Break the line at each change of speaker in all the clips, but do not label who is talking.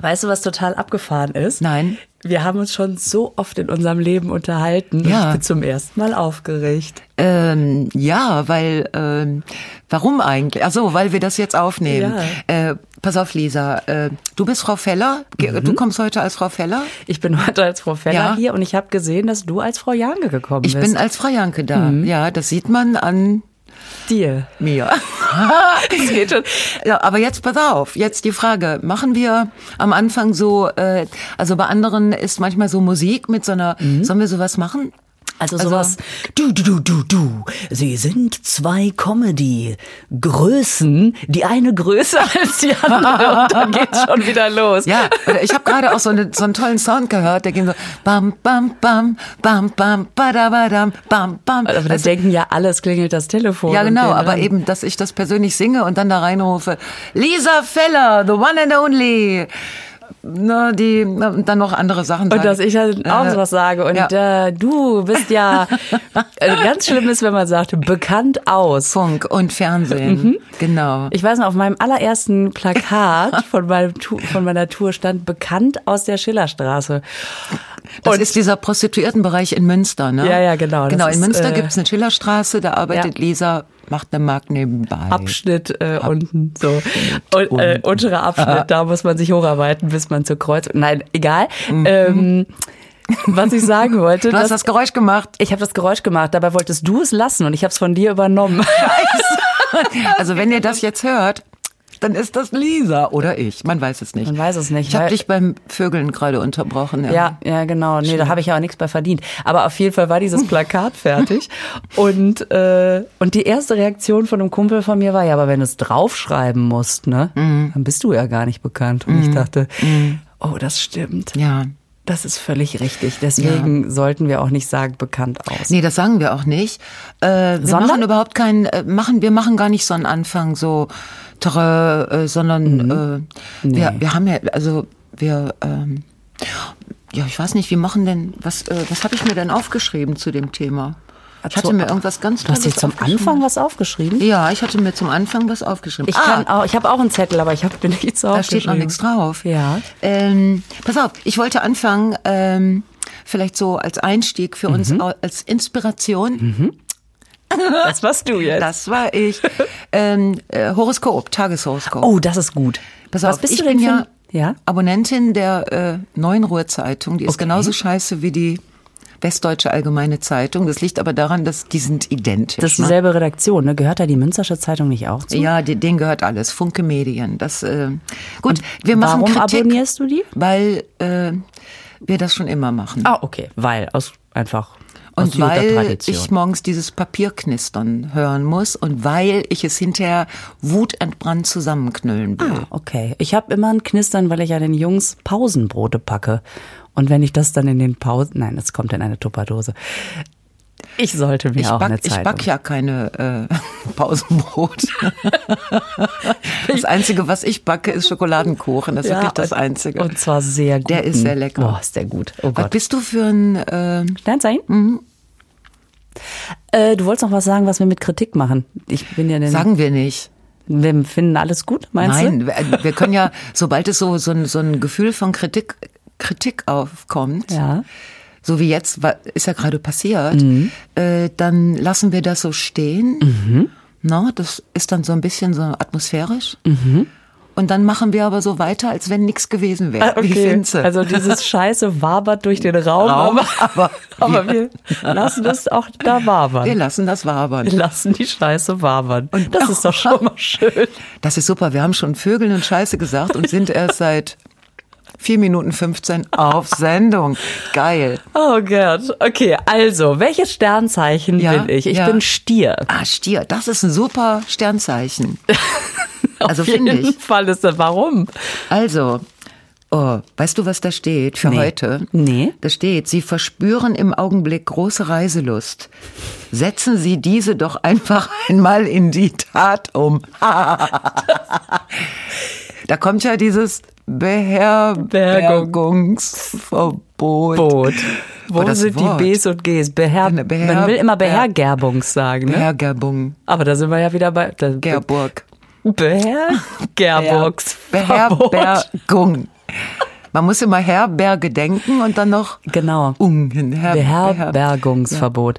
Weißt du, was total abgefahren ist?
Nein.
Wir haben uns schon so oft in unserem Leben unterhalten.
Ja.
Ich bin zum ersten Mal aufgeregt.
Ähm, ja, weil, ähm, warum eigentlich? Ach so, weil wir das jetzt aufnehmen. Äh, pass auf, Lisa, äh, du bist Frau Feller, Ge-
Mhm.
du kommst heute als Frau Feller.
Ich bin heute als Frau Feller
Ja.
hier und ich habe gesehen, dass du als Frau Jange gekommen
Ich
bist.
bin als Frau Janke da.
Mhm.
Ja, das sieht man an
dir.
mir.
Es geht schon.
Ja, aber jetzt pass auf, jetzt die Frage, machen wir am Anfang so, äh, also bei anderen ist manchmal so Musik mit so einer, sollen wir sowas machen?
Mhm. Also sowas. Du, du, du, du, du. Sie sind zwei Comedy-Größen. Die eine größer als die andere. Und dann geht's schon wieder los.
Ja, oder ich habe gerade auch so, eine, so einen tollen Sound gehört, der ging so bam, bam, bam, bam, bam, badabadam, bam, bam.
Aber da
Weißt du,
denken ja, alles klingelt das Telefon.
ja,
und ne?
genau,
gehen
aber
ran.
eben, dass ich das persönlich singe und dann da reinrufe, Lisa Feller, the one and only. Na, die, na, und dann noch andere Sachen
Und dass ich
halt
halt auch sowas sage. Und
ja.
äh, du bist ja, äh, ganz schlimm ist, wenn man sagt, bekannt aus.
Funk und Fernsehen,
Mhm.
genau.
Ich weiß noch, auf meinem allerersten Plakat von, meinem Tu- von meiner Tour stand bekannt aus der Schillerstraße.
Das
Und-
ist dieser Prostituiertenbereich in Münster, ne?
Ja, ja, genau. Das
Genau, in
ist,
Münster
äh,
gibt's eine Schillerstraße, da arbeitet
ja.
Lisa, macht eine Mark nebenbei.
Abschnitt äh, unten so und, äh, unterer Abschnitt da muss man sich hocharbeiten bis man zur Kreuz nein egal ähm, was ich sagen wollte
Du hast
dass-
das Geräusch gemacht.
ich habe das Geräusch gemacht dabei wolltest du es lassen und ich habe es von dir übernommen
Also wenn ihr das jetzt hört, dann ist das Lisa oder ich. Man weiß es nicht.
Man weiß es nicht,
Ich habe
weil-
dich beim Vögeln gerade unterbrochen. Ja.
Ja, ja, genau. Nee, da habe ich ja auch nichts bei verdient. Aber auf jeden Fall war dieses Plakat fertig. Und, äh, und die erste Reaktion von einem Kumpel von mir war, ja, aber wenn du es draufschreiben musst, ne, dann bist du ja gar nicht bekannt. Und ich dachte, oh, das stimmt.
Ja.
Das ist völlig richtig. Deswegen sollten wir auch nicht sagen, bekannt aus.
Nee, das sagen wir auch nicht. Äh, wir
Sondern?
machen überhaupt keinen, äh, machen, wir machen gar nicht so einen Anfang, so trö, äh, sondern
Mhm.
äh, wir, wir haben ja, also wir, ähm, ja, ich weiß nicht, wir machen denn, was, äh, was habe ich mir denn aufgeschrieben zu dem Thema? Ich hatte
So,
mir irgendwas ganz
Du hast dir
Tolles
zum
aufgeschrieben.
Anfang was aufgeschrieben?
Ja, ich hatte mir zum Anfang was aufgeschrieben.
Ich
Ah,
kann auch, ich habe auch einen Zettel, aber ich habe mir nichts aufgeschrieben.
Da steht noch nichts drauf.
Ja.
Ähm, pass auf, ich wollte anfangen, ähm, vielleicht so als Einstieg für uns,
Mhm.
au- als Inspiration.
Das warst du jetzt.
Das war ich. ähm, äh, Horoskop, Tageshoroskop.
oh, das ist gut.
Pass
was
auf,
bist
ich
du denn
bin
für
ja,
ein- ja?
Abonnentin der äh, Neuen Ruhr Zeitung. Die ist genauso scheiße wie die Westdeutsche Allgemeine Zeitung. Das liegt aber daran, dass die sind identisch.
Das ist
ne?
dieselbe Redaktion, ne? Gehört da die Münstersche Zeitung nicht auch zu?
Ja, de- denen gehört alles. Funke Medien. Das äh, gut. wir machen
Warum
Kritik,
abonnierst du die?
weil äh, wir das schon immer machen.
Ah, okay. Weil, aus einfach aus
Und
guter
weil
Tradition.
ich morgens dieses Papierknistern hören muss und weil ich es hinterher wutentbrannt zusammenknüllen will.
Ah, okay. Ich habe immer ein Knistern, weil ich ja den Jungs Pausenbrote packe. Und wenn ich das dann in den Pausen. Nein, es kommt in eine Tupperdose. Ich sollte mir
ich,
auch eine
back, ich
Zeitung.
back ja keine äh, Pausenbrot. das Einzige, was ich backe, ist Schokoladenkuchen. Das ist wirklich das
und-
Einzige.
Und zwar sehr gut.
Der ist sehr lecker.
Boah, ist der gut. Oh
was
Gott.
bist du für ein... Äh,
Nein, sein? Äh, du wolltest noch was sagen, was wir mit Kritik machen. Ich bin ja den.
sagen wir nicht.
wir finden alles gut, meinst du?
Nein, äh, wir- wir können ja, sobald es so, so, ein, so ein Gefühl von Kritik, Kritik aufkommt,
Ja. Mhm.
so wie jetzt, wa- ist ja gerade passiert, äh, dann lassen wir das so stehen. Na, das ist dann so ein bisschen so atmosphärisch.
Mhm.
Und dann machen wir aber so weiter, als wenn nichts gewesen wäre. Wie findest du?
Ah, Also dieses Scheiße wabert durch den Raum,
Raum,
aber,
aber-
aber wir lassen das auch da
wir
wabern.
lassen das wabern.
Wir lassen die Scheiße wabern. Und das ist doch schon mal schön.
Das ist super. Wir haben schon Vögeln und Scheiße gesagt und sind erst seit vier Minuten 15 auf Sendung. Geil.
Oh Gott. Okay, also, welches Sternzeichen
Ja,
bin ich? Ich
ja.
bin Stier.
Ah, Stier, das ist ein super Sternzeichen. Also
Auf
finde
jeden
ich.
Fall ist das. Warum?
Also, oh, weißt du, was da steht für
Nee.
heute?
Nee.
Da steht, Sie verspüren im Augenblick große Reiselust. Setzen Sie diese doch einfach einmal in die Tat um. da kommt ja dieses Beherbergungsverbot.
Boot. Wo
Boah, das
sind
Wort.
die Bs und Gs? Beher
Eine Beher-
Man will immer
Beher-
Behergerbungs sagen, ne?
Behergerbung.
Aber da sind wir ja wieder bei da-
Gerburg.
Behergerbungsverbot.
Beherbergung. Man muss immer Herberge denken und dann noch
Genau.
Ungen, Her
Beherbergungsverbot.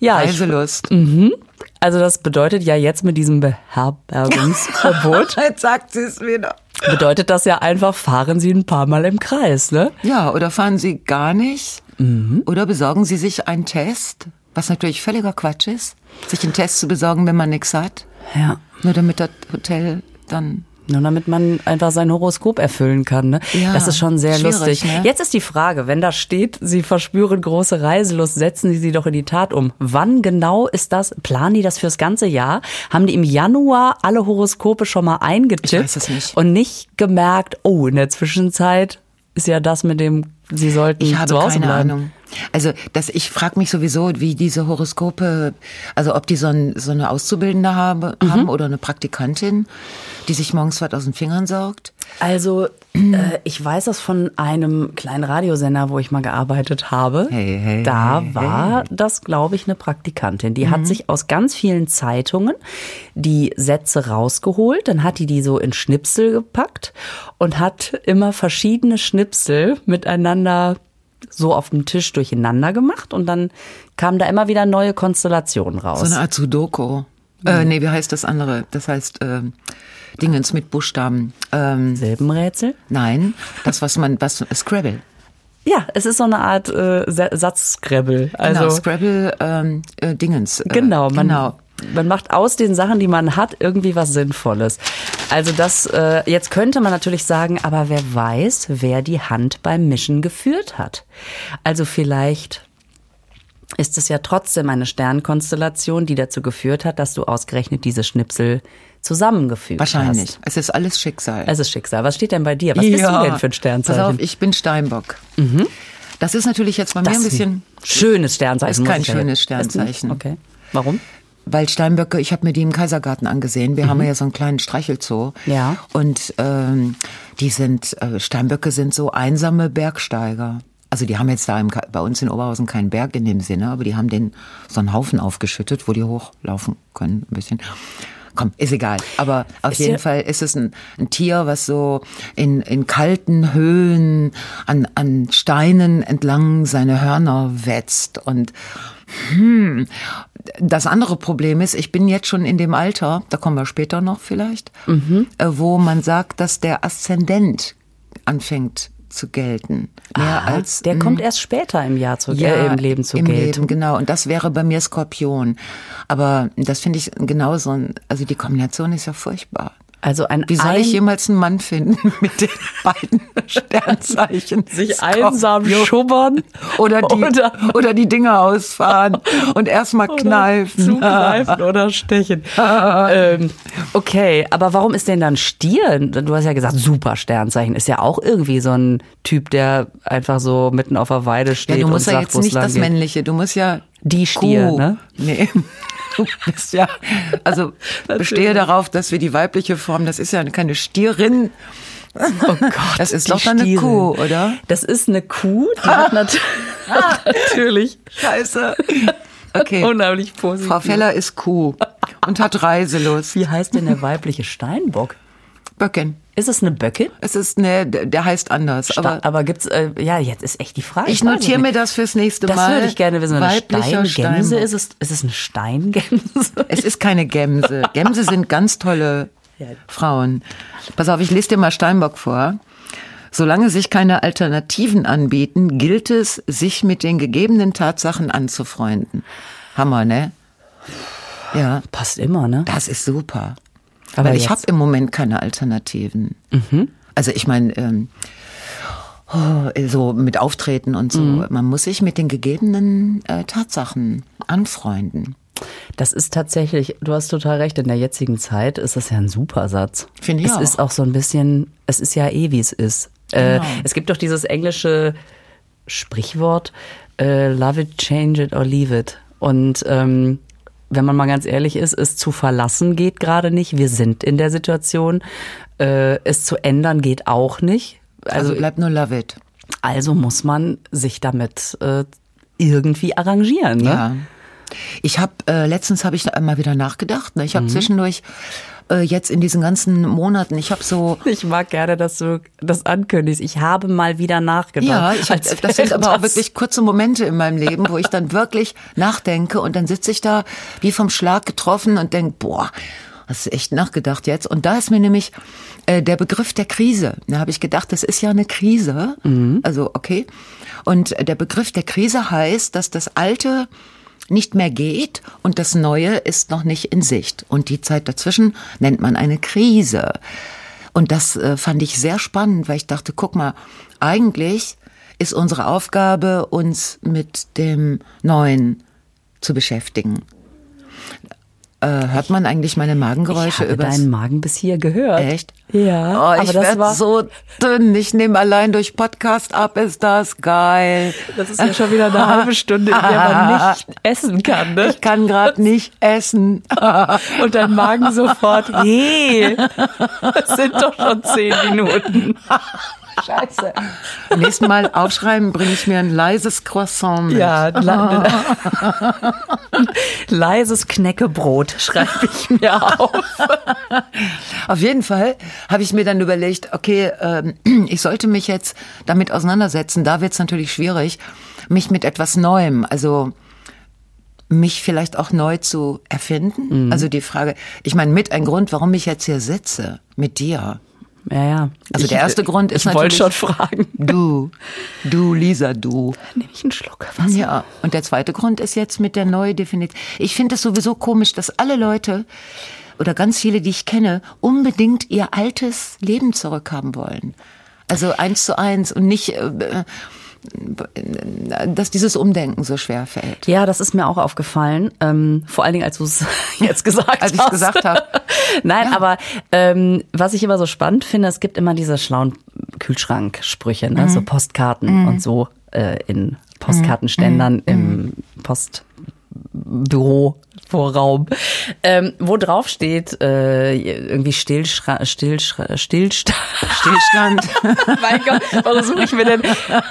Ja, ich,
Reiselust.
mhm. also das bedeutet ja jetzt mit diesem Beherbergungsverbot,
Jetzt sagt sie es wieder.
bedeutet das ja einfach, fahren Sie ein paar Mal im Kreis, ne?
Ja, oder fahren Sie gar nicht
Mhm.
oder besorgen Sie sich einen Test, was natürlich völliger Quatsch ist, sich einen Test zu besorgen, wenn man nichts hat,
Ja.
nur damit das Hotel dann
Nur damit man einfach sein Horoskop erfüllen kann. Ne?
Ja,
das ist schon sehr
schwierig,
lustig.
ne?
Jetzt ist die Frage, wenn da steht, Sie verspüren große Reiselust, setzen Sie sie doch in die Tat um. Wann genau ist das? Planen die das fürs ganze Jahr? Haben die im Januar alle Horoskope schon mal eingetippt
Ich weiß es nicht.
und nicht gemerkt, oh, in der Zwischenzeit ist ja das mit dem, Sie sollten
Ich habe
Hm, zu Hause
keine
bleiben.
Ahnung. Also das, ich frage mich sowieso, wie diese Horoskope, also ob die so, ein, so eine Auszubildende habe,
Mhm.
haben oder eine Praktikantin, die sich morgens was aus den Fingern saugt.
Also, äh, ich weiß das von einem kleinen Radiosender, wo ich mal gearbeitet habe.
Hey, hey, Mhm.
da war das, glaube ich, eine Praktikantin. Die hat sich aus ganz vielen Zeitungen die Sätze rausgeholt, dann hat die die so in Schnipsel gepackt und hat immer verschiedene Schnipsel miteinander so auf dem Tisch durcheinander gemacht und dann kamen da immer wieder neue Konstellationen raus.
So eine Art Sudoku.
Mhm.
Äh, nee, wie heißt das andere? Das heißt ähm, Dingens mit Buchstaben. Ähm,
Silbenrätsel?
nein, das was man, was Scrabble.
Ja, es ist so eine Art äh, Sa- Satzscrabble. Also
genau, Scrabble ähm, äh, Dingens. Äh,
Genau, man,
genau.
man macht aus den Sachen, die man hat, irgendwie was Sinnvolles. Also das, äh, jetzt könnte man natürlich sagen, aber wer weiß, wer die Hand beim Mischen geführt hat. Also vielleicht ist es ja trotzdem eine Sternkonstellation, die dazu geführt hat, dass du ausgerechnet diese Schnipsel zusammengefügt
Wahrscheinlich.
hast.
Es ist alles Schicksal.
Es ist Schicksal. Was steht denn bei dir? Also, Was bist du denn für ein Sternzeichen? Mhm.
Pass auf, ich bin Steinbock. Das ist natürlich jetzt bei mir
das
ein bisschen,
schönes Sternzeichen.
Ist
muss
kein
ich ja jetzt-
schönes Sternzeichen.
Okay. Warum?
weil Steinböcke, ich habe mir die im Kaisergarten angesehen. Wir haben ja so einen kleinen Streichelzoo.
Mhm. Ja.
Und ähm, die sind, äh, Steinböcke sind so einsame Bergsteiger. Also die haben jetzt da im, Ka- bei uns in Oberhausen keinen Berg in dem Sinne, aber die haben den so einen Haufen aufgeschüttet, wo die hochlaufen können ein bisschen. Komm, ist egal. Aber auf
Ist
jeden
ja-
Fall ist es ein, ein Tier, was so in, in kalten Höhlen an, an Steinen entlang seine Hörner wetzt und das andere Problem ist, ich bin jetzt schon in dem Alter, da kommen wir später noch vielleicht,
Mhm.
äh, wo man sagt, dass der Aszendent anfängt zu gelten. Mehr
Ah,
als
der kommt erst später im Jahr zu, äh, im Leben zu
Hm. im
Geld.
Leben, genau. Und das wäre bei mir Skorpion. Aber das finde ich genauso, ein- also die Kombination ist ja furchtbar.
Also ein
Wie soll
ein,
ich jemals einen Mann finden mit den beiden Sternzeichen?
sich einsam schubbern
Oder die, oder,
oder,
die Dinger ausfahren und erstmal kneifen.
zukneifen oder stechen. ähm, okay, aber warum ist denn dann Stier? Du hast ja gesagt, super Sternzeichen ist ja auch irgendwie so ein Typ, der einfach so mitten auf der Weide steht
Ja, du musst
und
ja
sagt,
jetzt
wo es
nicht
lang
das
geht.
Männliche, du musst ja
Die Stier,
Kuh.
ne?
Nee. Du bist ja, also bestehe darauf, dass wir die weibliche Form, das ist ja keine Stierin.
Oh Gott,
Das ist
die
doch dann eine
Stierin.
Kuh, oder? Ah.
Das ist eine Kuh, die hat nat natürlich
Scheiße. Okay.
unheimlich positiv.
Frau Feller ist Kuh und hat Reiselust.
Wie heißt denn der weibliche Steinbock?
Böcken.
Ist es eine Böckin?
Es ist, ne, der der heißt anders.
Aber,
Aber
aber gibt's, äh, ja, jetzt ist echt die Frage.
ich
weiß es
notiere
nicht.
mir das fürs nächste
Das
Mal.
würde ich gerne wissen. Eine
Weiblicher
Steingänse
Steinbock.
ist es, ist es eine Steingänse?
Es ist keine Gämse. Gämse sind ganz tolle Frauen. Pass auf, ich lese dir mal Steinbock vor. Solange sich keine Alternativen anbieten, gilt es, sich mit den gegebenen Tatsachen anzufreunden. Hammer, ne? Ja,
Passt immer, ne?
das ist super.
Aber
Weil ich
jetzt- Mhm.
habe im Moment keine Alternativen. Also ich meine, ähm, oh, so mit Auftreten und so.
Mhm.
Man muss sich mit den gegebenen äh, Tatsachen anfreunden.
Das ist tatsächlich, du hast total recht, in der jetzigen Zeit ist das ja ein Supersatz.
Finde ich
Es
auch.
ist auch so ein bisschen, es ist ja eh, wie es ist. Äh,
Genau.
es gibt doch dieses englische Sprichwort, äh, love it, change it or leave it. Und ähm, wenn man mal ganz ehrlich ist, es zu verlassen geht gerade nicht. Wir sind in der Situation. Äh, es zu ändern geht auch nicht.
Also,
Also,
bleibt nur Love it.
also muss man sich damit äh, irgendwie arrangieren. Ne?
Mhm. Ja. Ich habe äh, letztens habe ich mal wieder nachgedacht. Ne? Ich habe zwischendurch äh, jetzt in diesen ganzen Monaten. Ich habe so
Ich mag gerne, dass du das ankündigst. Ich habe mal wieder nachgedacht.
ja, ich hab,
Als
das
wäre
sind aber auch wirklich kurze Momente in meinem Leben, wo ich dann wirklich nachdenke und dann sitze ich da wie vom Schlag getroffen und denk, boah, hast du echt nachgedacht jetzt? Und da ist mir nämlich äh, der Begriff der Krise. Da habe ich gedacht, das ist ja eine Krise. Also okay. Und äh, der Begriff der Krise heißt, dass das alte nicht mehr geht und das neue ist noch nicht in Sicht. Und die Zeit dazwischen nennt man eine Krise. Und das äh, fand ich sehr spannend, weil ich dachte, guck mal, eigentlich ist unsere Aufgabe, uns mit dem Neuen zu beschäftigen. Äh, hört man eigentlich meine
Ich
Magengeräusche
habe
übers-
deinen Magen bis hier gehört.
Echt?
Ja,
Oh,
aber
ich
das
werd
war
so dünn. Ich nehme allein durch Podcast ab. Ist das geil?
das ist ja schon wieder eine halbe Stunde, in der man nicht essen kann, ne?
Ich kann gerade nicht essen.
Und dein Magen sofort, hey, das sind doch schon zehn Minuten. Scheiße.
Beim nächsten Mal aufschreiben, bringe ich mir ein leises Croissant mit.
Ja, ein le
Oh.
leises Knäckebrot schreibe ich mir auf.
Auf jeden Fall habe ich mir dann überlegt, okay, ähm, ich sollte mich jetzt damit auseinandersetzen. Da wird es natürlich schwierig, mich mit etwas Neuem, also mich vielleicht auch neu zu erfinden. Also die Frage, ich meine, mit ein Grund, warum ich jetzt hier sitze, mit dir.
Ja, ja.
Also
Ich-
der erste Grund ist
ich wollte
natürlich-
schon fragen.
Du, du, Lisa, du.
Nehme ich einen Schluck Wasser?
Ja, und der zweite Grund ist jetzt mit der neuen Definition. Ich finde es sowieso komisch, dass alle Leute oder ganz viele, die ich kenne, unbedingt ihr altes Leben zurückhaben wollen. Also eins zu eins und nicht, äh, äh, dass dieses Umdenken so schwer fällt.
Ja, das ist mir auch aufgefallen. Ähm, vor allen Dingen, als du es jetzt gesagt
Als
hast.
ich's gesagt hab.
Nein, aber ähm, was ich immer so spannend finde, es gibt immer diese schlauen Kühlschranksprüche,
Mhm.
ne? so Postkarten und so äh, in
Mhm.
Postkartenständern im Post. Bürovorraum, ähm, wo drauf steht, äh, irgendwie Stillschra Stillschra Stillstand,
Stillstand.
mein Gott, warum suche ich mir denn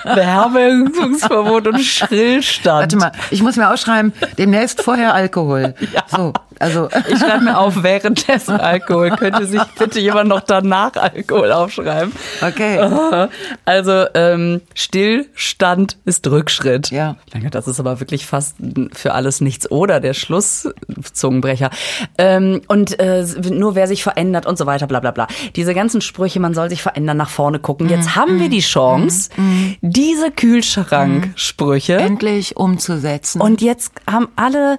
Beherbergungsverbot und Schrillstand?
Warte mal, ich muss mir ausschreiben, demnächst vorher Alkohol.
Ja.
So, also.
Ich schreibe mir auf, währenddessen Alkohol. Könnte sich bitte jemand noch danach Alkohol aufschreiben?
Okay.
Also ähm, Stillstand ist Rückschritt.
Ja.
Ich denke, das ist aber wirklich fast für alles nichts oder der Schlusszungenbrecher. Ähm, und äh, nur wer sich verändert und so weiter, bla bla bla. Diese ganzen Sprüche, man soll sich verändern, nach vorne gucken.
Mm,
Jetzt haben wir die Chance, diese Kühlschranksprüche
Endlich umzusetzen.
und jetzt haben alle,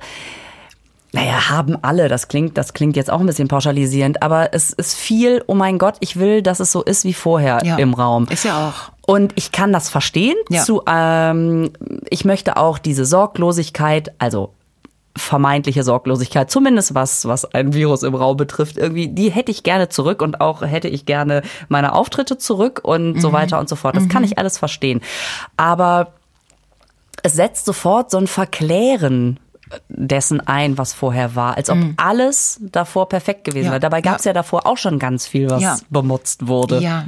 naja, haben alle, das klingt, das klingt jetzt auch ein bisschen pauschalisierend, aber es ist viel, oh mein Gott, ich will, dass es so ist wie vorher
Ja.
im Raum.
Ist ja auch.
Und ich kann das verstehen.
Ja.
Zu, ähm, ich möchte auch diese Sorglosigkeit, also vermeintliche Sorglosigkeit, zumindest was, was ein Virus im Raum betrifft, irgendwie, die hätte ich gerne zurück und auch hätte ich gerne meine Auftritte zurück und
Mhm.
so weiter und so fort. Das kann ich alles verstehen. Aber es setzt sofort so ein Verklären dessen ein, was vorher war, als ob alles davor perfekt gewesen
Mhm. Ja.
wäre. Dabei gab es ja. davor auch schon ganz viel, was
Ja.
bemutzt wurde.
Ja.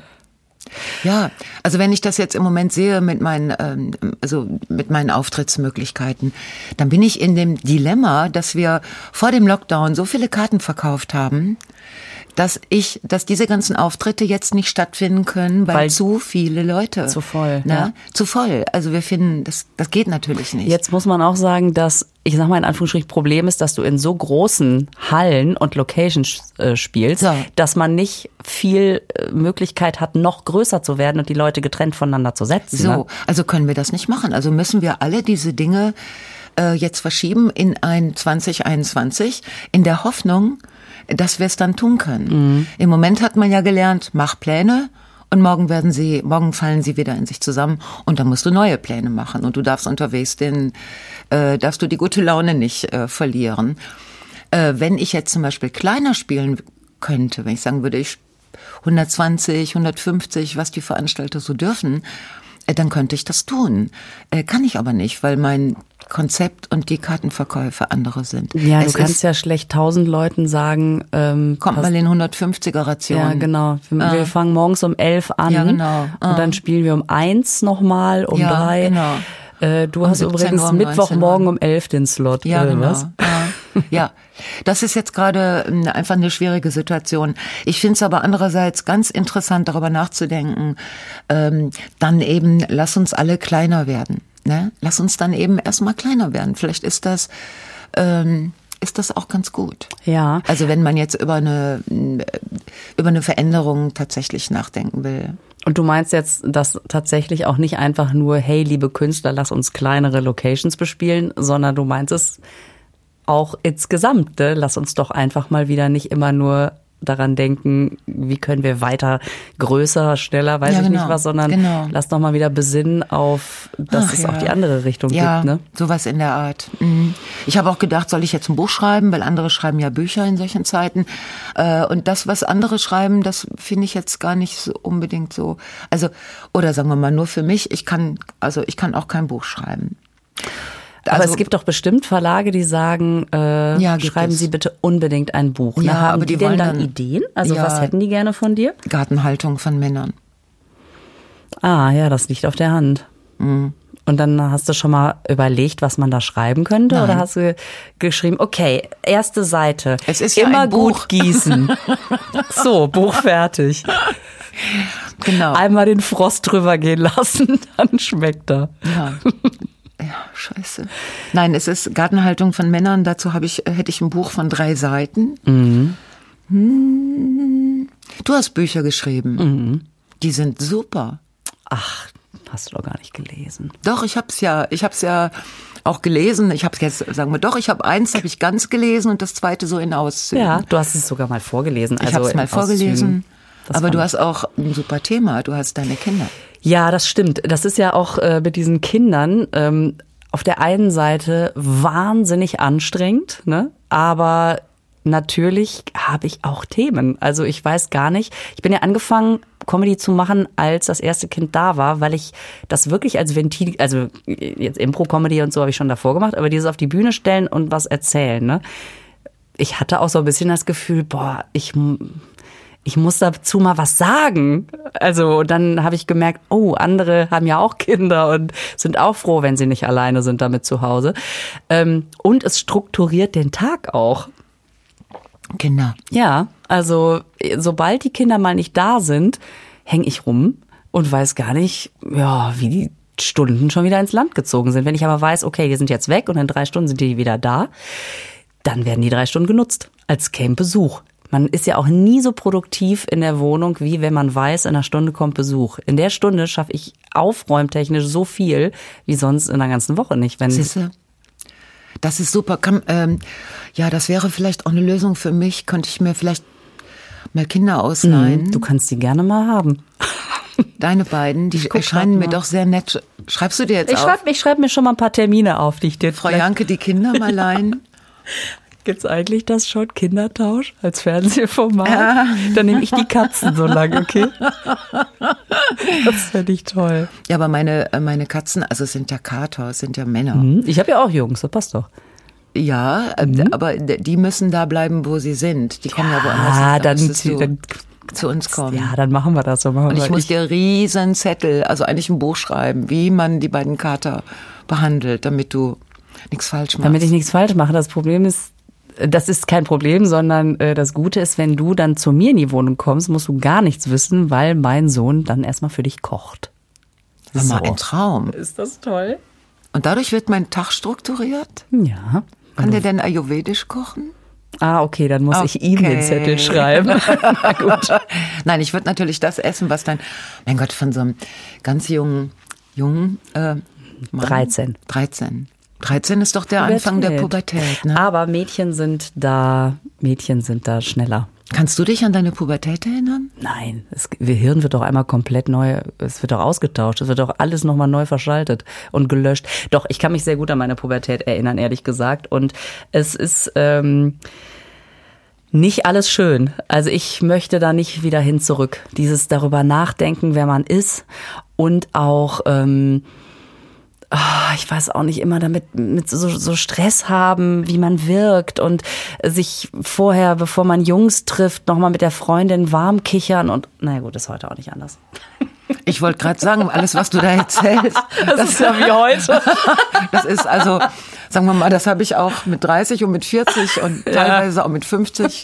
Ja, also wenn ich das jetzt im Moment sehe mit meinen, ähm, also mit meinen Auftrittsmöglichkeiten, dann bin ich in dem Dilemma, dass wir vor dem Lockdown so viele Karten verkauft haben, dass ich, dass diese ganzen Auftritte jetzt nicht stattfinden können, weil,
Weil-
zu viele Leute
Zu voll,
ne?
ja.
zu voll. Also wir finden, das das geht natürlich nicht.
Jetzt muss man auch sagen, dass ich sag mal in Anführungsstrichen Problem ist, dass du in so großen Hallen und Locations äh, spielst,
So.
dass man nicht viel äh, Möglichkeit hat, noch größer zu werden und die Leute getrennt voneinander zu setzen.
So,
Ne?
also können wir das nicht machen. Also müssen wir alle diese Dinge äh, jetzt verschieben in ein 2021 in der Hoffnung, dass wir es dann tun können. Im Moment hat man ja gelernt, mach Pläne. Und morgen werden sie, morgen fallen sie wieder in sich zusammen und dann musst du neue Pläne machen und du darfst unterwegs den, äh, darfst du die gute Laune nicht äh, verlieren. Äh, wenn ich jetzt zum Beispiel kleiner spielen könnte, wenn ich sagen würde, ich 120, 150, was die Veranstalter so dürfen, äh, dann könnte ich das tun. Äh, Kann ich aber nicht, weil mein Konzept und die Kartenverkäufe andere sind.
Ja,
es
du kannst
ist,
ja schlecht tausend Leuten sagen, ähm,
kommt mal in 150er
ja
Rationen.
genau, wir, wir fangen morgens um elf an
Ja, genau. Ah.
und dann spielen wir um eins nochmal, um
Ja,
drei.
genau.
Äh, du hast
17
übrigens
Uhr, um 19 Uhr.
Mittwochmorgen um elf den Slot.
Ja,
äh,
genau.
Was?
Ja. ja, das ist jetzt gerade ähm, einfach eine schwierige Situation. Ich finde es aber andererseits ganz interessant, darüber nachzudenken. Ähm, dann eben, lass uns alle kleiner werden. Ne? Lass uns dann eben erstmal kleiner werden. Vielleicht ist das, ähm, ist das auch ganz gut.
Ja.
Also wenn man jetzt über eine, äh, über eine Veränderung tatsächlich nachdenken will.
Und du meinst jetzt, dass tatsächlich auch nicht einfach nur, hey, liebe Künstler, lass uns kleinere Locations bespielen, sondern du meinst es auch insgesamt, ne? lass uns doch einfach mal wieder nicht immer nur daran denken, wie können wir weiter größer, schneller, weiß
Ja,
ich nicht
genau,
was, sondern
genau.
lass doch mal wieder besinnen auf, dass
Ach
es
ja.
auch die andere Richtung
ja,
gibt. Ne?
sowas in der Art. Mhm. Ich habe auch gedacht, soll ich jetzt ein Buch schreiben, weil andere schreiben ja Bücher in solchen Zeiten. Äh, Und das, was andere schreiben, das finde ich jetzt gar nicht so unbedingt so. Also oder sagen wir mal nur für mich. Ich kann also ich kann auch kein Buch schreiben.
Aber
Also-
es gibt doch bestimmt Verlage, die sagen, äh,
Ja, gibt
schreiben
es.
Sie bitte unbedingt ein Buch.
Ja,
ne? Haben
aber
die,
die
denn
wollen
dann
dann-
Ideen? Also
Ja.
was hätten die gerne von dir?
Gartenhaltung von Männern.
Ah, ja, das liegt auf der Hand.
Mhm.
Und dann hast du schon mal überlegt, was man da schreiben könnte? Oder hast du geschrieben, okay, erste Seite.
Es ist ja
immer
ein
gut
Buch.
gießen. so, Buch fertig.
Genau.
Einmal den Frost drüber gehen lassen, dann schmeckt er.
Ja. Ja, scheiße. Nein, es ist Gartenhaltung von Männern. Dazu habe ich, hätte ich ein Buch von drei Seiten.
Mhm.
Hm. Du hast Bücher geschrieben.
Mhm.
Die sind super.
Ach, hast du doch gar nicht gelesen.
Doch, ich hab's ja, ich hab's ja auch gelesen. Ich hab's jetzt, sagen wir, doch, ich habe eins habe ich ganz gelesen und das zweite so in Auszügen.
Ja, du hast es sogar mal vorgelesen.
ich
also
hab's mal
in Auszügen.
vorgelesen.
Das
Aber du
fand
hast auch ein super Thema. Du hast deine Kinder.
Ja, das stimmt. Das ist ja auch äh, mit diesen Kindern ähm, auf der einen Seite wahnsinnig anstrengend, ne? aber natürlich habe ich auch Themen. Also ich weiß gar nicht. Ich bin ja angefangen, Comedy zu machen, als das erste Kind da war, weil ich das wirklich als Ventil, also jetzt Impro-Comedy und so habe ich schon davor gemacht, aber dieses auf die Bühne stellen und was erzählen, ne? ich hatte auch so ein bisschen das Gefühl, boah, ich, mu- ich muss dazu mal was sagen. Also und dann habe ich gemerkt, oh, andere haben ja auch Kinder und sind auch froh, wenn sie nicht alleine sind damit zu Hause. Ähm, und es strukturiert den Tag auch.
Kinder.
Ja, also eh, sobald die Kinder mal nicht da sind, hänge ich rum und weiß gar nicht, ja, wie die Stunden schon wieder ins Land gezogen sind. Wenn ich aber weiß, okay, die sind jetzt weg und in drei Stunden sind die wieder da, dann werden die drei Stunden genutzt als Camp-Besuch. Man ist ja auch nie so produktiv in der Wohnung, wie wenn man weiß, in einer Stunde kommt Besuch. In der Stunde schaffe ich aufräumtechnisch so viel wie sonst in der ganzen Woche nicht. Wenn
Siehste? Das ist super. Kann, ähm, ja, das wäre vielleicht auch eine Lösung für mich. Könnte ich mir vielleicht mal Kinder ausleihen.
du kannst die gerne mal haben.
Deine beiden, die
Mhm. guck
erscheinen mir
grad mal.
doch sehr nett. Schreibst du dir jetzt
Ich
auf?
schreibe ich schreib mir schon mal ein paar Termine auf, die ich dir
Frau
vielleicht-
Janke, die Kinder mal leihen.
Gibt's eigentlich das schon? Kindertausch als Fernsehformat? Dann nehme ich die Katzen so lang, okay? Das fände ich toll.
Ja, aber meine, äh, meine Katzen, also es sind ja Kater, es sind ja Männer.
Hm, Ich habe ja auch Jungs, das passt doch.
Ja, äh,
Mhm.
aber d- die müssen da bleiben, wo sie sind. Die kommen ja, woanders.
Ah,
hin. Da
dann,
müsstest
zieh-
du
dann,
zu uns kommen.
ja, dann machen wir das so. Machen
Und
wir.
ich muss dir riesen Zettel, also eigentlich ein Buch schreiben, wie man die beiden Kater behandelt, damit du nichts falsch machst.
damit ich nichts falsch mache, das Problem ist, äh, das ist kein Problem, sondern äh, das Gute ist, wenn du dann zu mir in die Wohnung kommst, musst du gar nichts wissen, weil mein Sohn dann erstmal für dich kocht.
Hör mal,
So.
ein Traum.
Ist das toll?
Und dadurch wird mein Tag strukturiert.
Ja.
Kann der denn ayurvedisch kochen?
Ah, okay, dann muss ich ihm den
Okay.
Zettel schreiben. Na gut.
Nein, ich würde natürlich das essen, was dann, mein Gott, von so einem ganz jungen, jungen äh, Mann.
13.
13. 13 ist doch der Anfang der Pubertät. Ne?
Aber Mädchen sind da, Mädchen sind da schneller.
Kannst du dich an deine Pubertät erinnern?
Nein, das Gehirn wird doch einmal komplett neu, es wird doch ausgetauscht, es wird doch alles nochmal neu verschaltet und gelöscht. Doch, ich kann mich sehr gut an meine Pubertät erinnern, ehrlich gesagt. Und es ist ähm, nicht alles schön. Also ich möchte da nicht wieder hin zurück. Dieses darüber nachdenken, wer man ist und auch... Ähm, ah, ich weiß auch nicht, immer damit mit so, so Stress haben, wie man wirkt und sich vorher, bevor man Jungs trifft, nochmal mit der Freundin warm kichern und naja gut, ist heute auch nicht anders.
Ich wollte um gerade sagen, alles, was du da erzählst, das,
ist ja wie heute.
das ist also, sagen Sagen wir mal, das habe ich auch mit 30 und mit 40 und teilweise auch mit 50.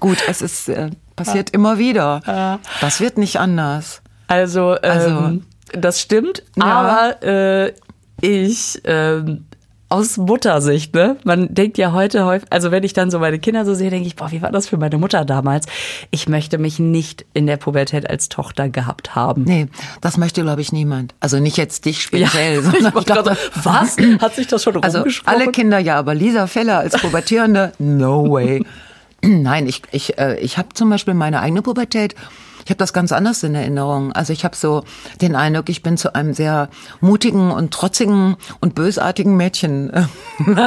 Gut, es ist äh, passiert immer wieder. Das wird nicht anders.
Also, ähm,
Also-
das stimmt,
Ja.
aber äh, ich ähm, aus Muttersicht, ne? Man denkt ja heute häufig, also wenn ich dann so meine Kinder so sehe, denke ich, boah, wie war das für meine Mutter damals? Ich möchte mich nicht in der Pubertät als Tochter gehabt haben.
Nee, das möchte, glaube ich, niemand. Also nicht jetzt dich speziell,
ich
sondern
wollte gerade sagen, was? Hat sich das schon
Also
rumgesprochen?
alle Kinder ja, aber Lisa Feller als Pubertierende, no way. Nein, ich, ich, äh, ich habe zum Beispiel meine eigene Pubertät, ich habe das ganz anders in Erinnerung. Also ich habe so den Eindruck, ich bin zu einem sehr mutigen und trotzigen und bösartigen Mädchen äh,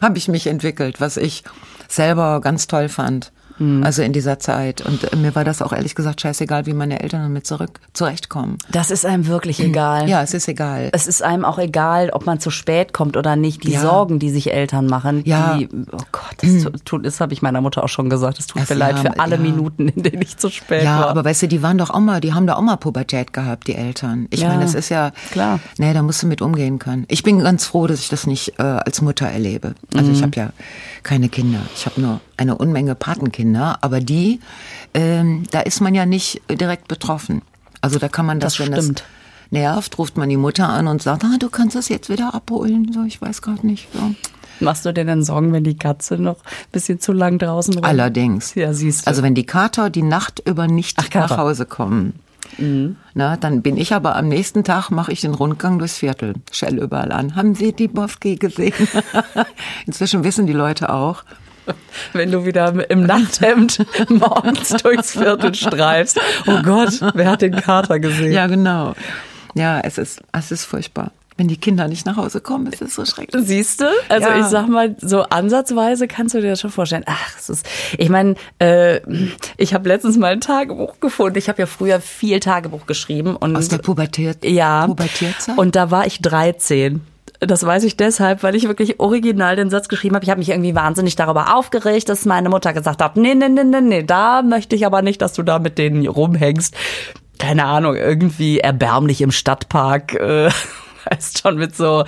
habe ich mich entwickelt, was ich selber ganz toll fand. Also in dieser Zeit. Und äh, mir war das auch ehrlich gesagt scheißegal, wie meine Eltern damit zurück zurechtkommen.
Das ist einem wirklich egal.
Ja, es ist egal.
Es ist einem auch egal, ob man zu spät kommt oder nicht. Die
Ja.
Sorgen, die sich Eltern machen,
Ja.
die, oh Gott, das tu- tut, das habe ich meiner Mutter auch schon gesagt. Es tut
Das
mir leid
ja,
für alle
ja.
Minuten, in denen ich zu spät
Ja,
war.
aber weißt du, die waren doch auch mal, die haben da auch mal Pubertät gehabt, die Eltern. Ich
Ja,
meine, das ist ja
klar.
Nee, da musst du mit umgehen können. Ich bin ganz froh, dass ich das nicht äh, als Mutter erlebe. Also
Mhm.
ich habe ja keine Kinder. Ich habe nur eine Unmenge Patenkinder, aber die, ähm, da ist man ja nicht direkt betroffen. Also da kann man das,
Das
wenn
stimmt.
das nervt, ruft man die Mutter an und sagt, ah, du kannst das jetzt wieder abholen. So, ich weiß gerade nicht. So.
Machst du dir dann Sorgen, wenn die Katze noch ein bisschen zu lang draußen rum?
Allerdings.
Ja, siehst du.
Also wenn die Kater die Nacht über nicht
Ach, Kater. Mhm.
nach Hause kommen, na, dann bin ich aber am nächsten Tag, mache ich den Rundgang durchs Viertel, schell überall an. Haben Sie die Boski gesehen? Inzwischen wissen die Leute auch.
wenn du wieder im- im Nachthemd morgens durchs Viertel streifst. Oh Gott, wer hat den Kater gesehen?
Ja, genau. Ja, es ist, es ist furchtbar. Wenn die Kinder nicht nach Hause kommen, ist es so schrecklich.
Siehst du? Also
Ja.
ich sag mal, so ansatzweise kannst du dir das schon vorstellen. Ach, es ist, ich meine, äh, ich habe letztens mal ein Tagebuch gefunden. Ich habe ja früher viel Tagebuch geschrieben und
Aus der Pubertät.
ja.
Pubertierzeit?
Und da war ich 13. Das weiß ich deshalb, weil ich wirklich original den Satz geschrieben habe. Ich habe mich irgendwie wahnsinnig darüber aufgeregt, dass meine Mutter gesagt hat, nee, nee, nee, nee, nee, da möchte ich aber nicht, dass du da mit denen rumhängst. Keine Ahnung, irgendwie erbärmlich im Stadtpark, äh, weißt schon, mit so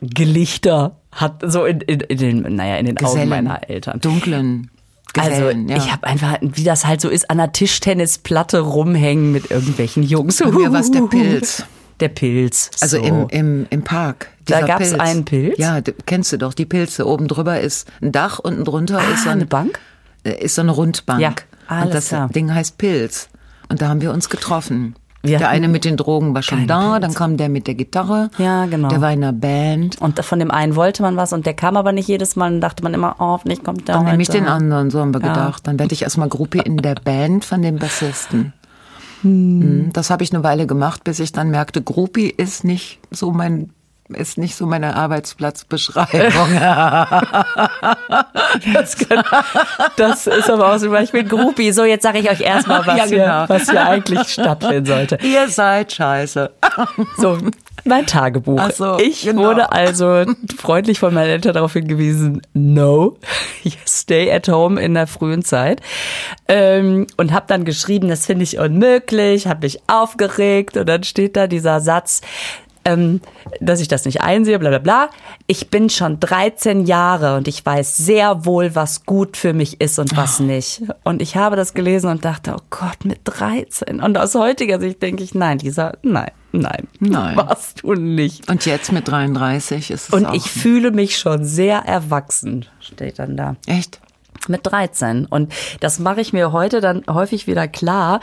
Gelichter hat, so in, in, in den, naja, in den Augen
Gesellen.
meiner Eltern.
Dunklen. Gesellen,
also
ja.
ich habe einfach, wie das halt so ist, an der Tischtennisplatte rumhängen mit irgendwelchen Jungs.
Bei mir war's der Pilz.
Der Pilz.
Also
so.
im, im, im Park.
Da
dieser
gab's einen Pilz?
Ja, d- kennst du doch, die Pilze. Oben drüber ist ein Dach, unten drunter ist so
Ah, eine Bank?
äh, Ist so eine Rundbank.
Ja, alles
Und das
klar.
Ding heißt Pilz. Und da haben wir uns getroffen.
Wir
der
hatten
eine mit den Drogen war schon
keinen
da,
Pilz.
dann kam der mit der Gitarre.
Ja, genau. Oh
Der war in einer Band.
Und von dem einen wollte man was und der kam aber nicht jedes Mal und dachte man immer, oh, hoffentlich kommt der
Dann nehme ich
heute.
den anderen, so haben wir gedacht. Dann werde ich erstmal Gruppe in der Band von dem Bassisten.
Hm.
Mhm, Das habe ich eine Weile gemacht, bis ich dann merkte, Gruppi ist nicht so mein ist nicht so meine Arbeitsplatzbeschreibung.
Das, kann, das ist aber auch so, weil ich bin Groupie. So, jetzt sage ich euch erstmal, was,
Ja, genau.
hier, was hier eigentlich stattfinden sollte.
Ihr seid scheiße.
So, mein Tagebuch.
Ach so,
ich
genau.
wurde also freundlich von meinen Eltern darauf hingewiesen, no, you stay at home in der frühen Zeit. Ähm, und habe dann geschrieben, das finde ich unmöglich, habe mich aufgeregt und dann steht da dieser Satz, ähm, dass ich das nicht einsehe, bla bla bla. Ich bin schon 13 Jahre und ich weiß sehr wohl, was gut für mich ist und was nicht. Und ich habe das gelesen und dachte, oh Gott, mit 13. Und aus heutiger Sicht denke ich, nein, Lisa, nein, nein,
Nein.
warst du nicht.
Und jetzt mit 33 ist es
Und
auch
ich fühle mich schon sehr erwachsen, steht dann da.
echt.
Mit 13. Und das mache ich mir heute dann häufig wieder klar,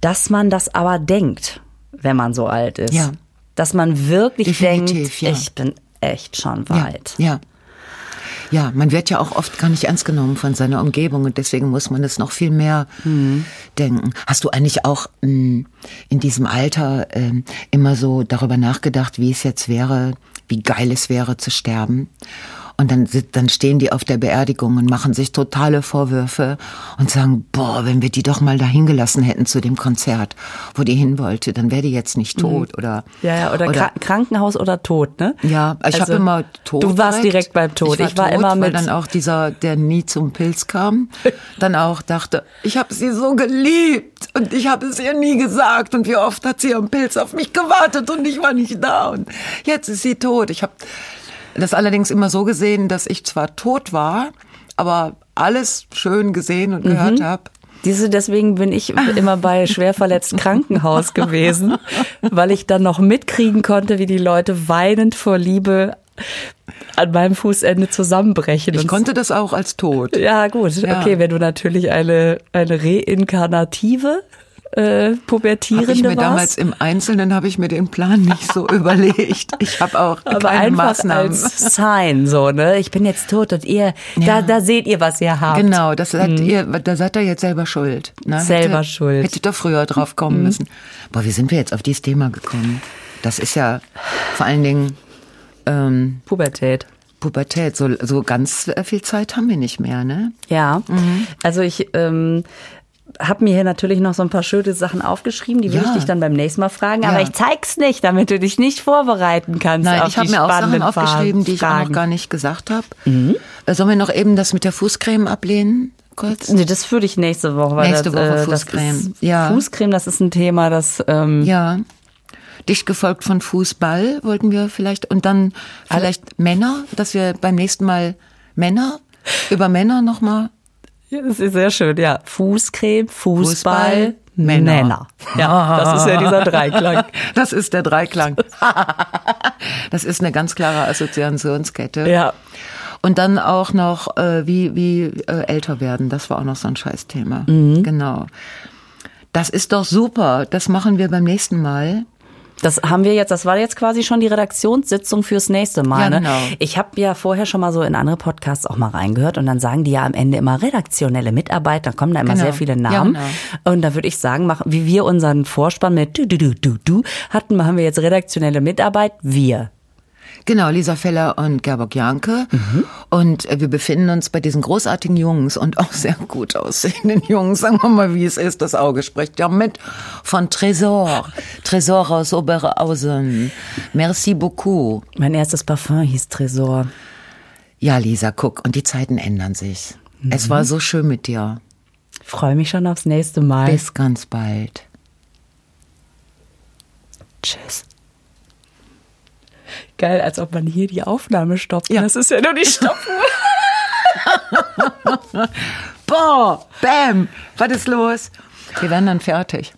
dass man das aber denkt, wenn man so alt ist.
Ja.
Dass man wirklich
Definitiv,
denkt,
ja.
ich bin echt schon weit.
Ja. ja. Ja, man wird ja auch oft gar nicht ernst genommen von seiner Umgebung und deswegen muss man es noch viel mehr denken. Hast du eigentlich auch mh, in diesem Alter ähm, immer so darüber nachgedacht, wie es jetzt wäre, wie geil es wäre zu sterben? Und dann, sit- dann stehen die auf der Beerdigung und machen sich totale Vorwürfe und sagen, boah, wenn wir die doch mal dahin gelassen hätten zu dem Konzert, wo die hin wollte, dann wäre die jetzt nicht tot oder
Mhm. Ja, ja oder, Kra Krankenhaus oder Tod, ne?
ja, ich
Also,
habe immer tot.
Du warst direkt beim Tod.
Ich war, tot,
immer
weil
mit.
dann auch dieser, der nie zum Pilz kam, dann auch dachte, ich habe sie so geliebt und ich habe es ihr nie gesagt und wie oft hat sie am Pilz auf mich gewartet und ich war nicht da und jetzt ist sie tot. Ich habe das allerdings immer so gesehen, dass ich zwar tot war, aber alles schön gesehen und
Mhm.
gehört habe.
Diese, deswegen bin ich immer bei schwerverletzt Krankenhaus gewesen, weil ich dann noch mitkriegen konnte, wie die Leute weinend vor Liebe an meinem Fußende zusammenbrechen.
Ich
Und-
konnte das auch als tot.
ja, gut,
Ja.
okay, wenn du natürlich eine, eine reinkarnative äh, Pubertierende
Habe ich mir
warst.
damals im Einzelnen habe ich mir den Plan nicht so überlegt. Ich habe auch
aber
keine
einfach
Maßnahmen.
als Sign, so, ne? Ich bin jetzt tot und ihr, da, da seht ihr, was ihr habt. Mhm.
Genau, das hat ihr, da seid ihr jetzt selber schuld. Ne?
Selber
hätte,
schuld. Mhm.
Hättet ihr früher drauf kommen müssen. Boah, wie sind wir jetzt auf dieses Thema gekommen? Das ist ja vor allen Dingen ähm,
Pubertät.
Pubertät. So, so ganz äh, viel Zeit haben wir nicht mehr, ne?
Ja, also ich ähm, habe mir hier natürlich noch so ein paar schöne Sachen aufgeschrieben, die will
Ja.
ich dich dann beim nächsten Mal fragen, aber
Ja.
ich zeig's nicht, damit du dich nicht vorbereiten kannst.
Nein,
auf
ich habe
die
mir auch Sachen
spannenden
aufgeschrieben, die ich auch noch
Fragen.
gar nicht gesagt habe.
Mhm.
Äh, Sollen wir noch eben das mit der Fußcreme ablehnen? Kurz?
Nee, das würde ich nächste Woche. Weil
Nächste
das,
Woche
äh, das
Fußcreme.
Ist,
Ja.
Fußcreme, das ist ein Thema, das ähm,
Ja. Dicht gefolgt von Fußball wollten wir vielleicht und dann vielleicht Männer, dass wir beim nächsten Mal Männer über Männer nochmal.
Ja, Das ist sehr schön, ja. Fußcreme, Fußball,
Fußball,
Männer.
Männer.
Ja, das ist ja dieser Dreiklang.
Das ist der Dreiklang. Das ist eine ganz klare Assoziationskette.
Ja.
Und dann auch noch, äh, wie, wie äh, älter werden. Das war auch noch so ein Scheißthema.
Mhm.
Genau. Das ist doch super. Das machen wir beim nächsten Mal.
Das haben wir jetzt, das war jetzt quasi schon die Redaktionssitzung fürs nächste Mal.
Ja,
ne?
genau.
Ich habe ja vorher schon mal so in andere Podcasts auch mal reingehört und dann sagen die ja am Ende immer redaktionelle Mitarbeiter, kommen da immer
Genau.
sehr viele
Ja,
Namen.
genau.
Und da würde ich sagen, machen, wie wir unseren Vorspann mit du du du du du hatten, machen wir jetzt redaktionelle Mitarbeit, wir.
Genau, Lisa Feller und Gerborg Janke. Und äh, wir befinden uns bei diesen großartigen Jungs und auch sehr gut aussehenden Jungs, sagen wir mal, wie es ist, das Auge spricht ja mit, von Tresor. Tresor aus Oberhausen. Merci beaucoup.
Mein erstes Parfum hieß Tresor.
Ja, Lisa, guck, und die Zeiten ändern sich. Es war so schön mit dir.
Freue mich schon aufs nächste Mal.
Bis ganz bald.
Tschüss. Geil, als ob man hier die Aufnahme stoppt.
Ja.
Das ist ja nur die Stoppuhr.
Boah, bam, was ist los? Wir werden dann fertig.